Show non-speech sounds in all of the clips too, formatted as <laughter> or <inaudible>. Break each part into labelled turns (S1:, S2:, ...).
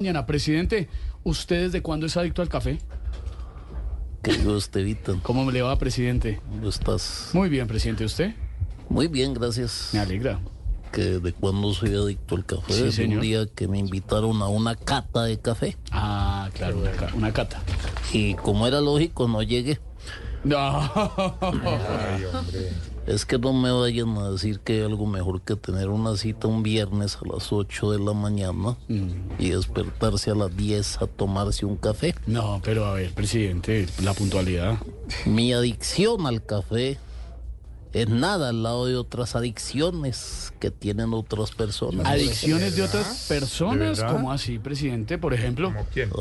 S1: Mañana, presidente, ¿usted desde cuándo es adicto al café?
S2: Que yo, Estevita,
S1: ¿Cómo me le va, presidente?
S2: ¿cómo estás?
S1: Muy bien, presidente, ¿usted?
S2: Muy bien, gracias.
S1: Me alegra.
S2: Que desde cuando soy adicto al café,
S1: Sí,
S2: Desde
S1: señor.
S2: un día que me invitaron a una cata de café.
S1: Ah, claro, una, ca- una cata. <laughs>
S2: Y como era lógico, no llegué.
S1: No.
S2: Es que no me vayan a decir que hay algo mejor que tener una cita un viernes a las 8 de la mañana
S1: Mm.
S2: y despertarse a las 10 a tomarse un café.
S1: No, pero a ver, presidente, la puntualidad.
S2: Mi adicción al café es nada al lado de otras adicciones que tienen otras personas.
S1: ¿Adicciones de otras personas? ¿Cómo así, presidente? Por ejemplo,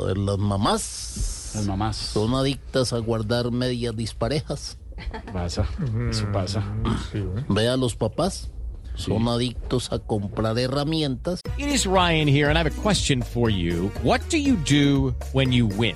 S2: A ver, las mamás.
S1: las mamás.
S2: Son adictas a guardar medias disparejas.
S1: Pasa, eso
S2: Mm.
S1: pasa.
S2: Ve a los papás. Son adictos a comprar herramientas.
S3: It is Ryan here, and I have a question for you. What do you do when you win?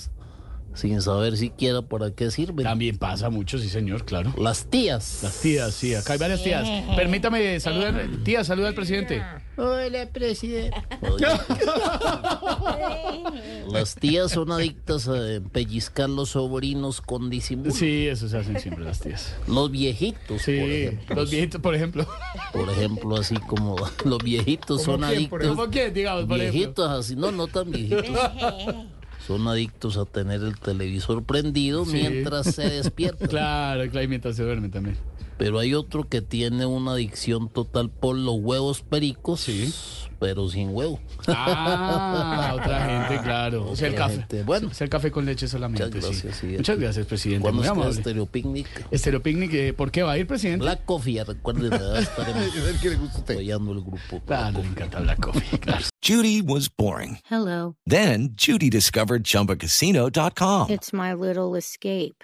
S2: Sin saber siquiera para qué sirven.
S1: También pasa mucho, sí, señor, claro.
S2: Las tías.
S1: Las tías, sí, acá hay varias tías. Permítame saludar, tía, saluda al presidente.
S2: Hola, presidente. Las tías son adictas a pellizcar los sobrinos con disimulo.
S1: Sí, eso se hacen siempre las tías.
S2: Los viejitos, por
S1: Sí,
S2: ejemplo.
S1: los viejitos, por ejemplo.
S2: Por ejemplo, así como <laughs> los viejitos son adictos.
S1: ¿Cómo quién, digamos, por ejemplo?
S2: Viejitos así, no, no tan viejitos. Son adictos a tener el televisor prendido mientras se despierta.
S1: <laughs> Claro, claro, y mientras se duerme también.
S2: Pero hay otro que tiene una adicción total por los huevos pericos, pero sin huevo.
S1: Ah, otra gente, claro. O sea, el
S2: Otra
S1: café.
S2: gente. Bueno.
S1: O sea, el café con leche solamente.
S2: Muchas gracias,
S1: sí.
S2: sí.
S1: Muchas gracias, presidente.
S2: Cuando
S1: <laughs> Muy
S2: está
S1: amable.
S2: Estéreo Picnic,
S1: Estéreo Picnic, eh, ¿por qué va a ir, presidente?
S2: Black Coffee,
S1: <laughs>
S2: recuerden, ahora estaremos apoyando el grupo.
S1: Claro, Ah, le encanta Black Coffee, claro.
S4: Judy was boring.
S5: Hello,
S4: Then Judy discovered ChumbaCasino.com.
S5: it's my little escape.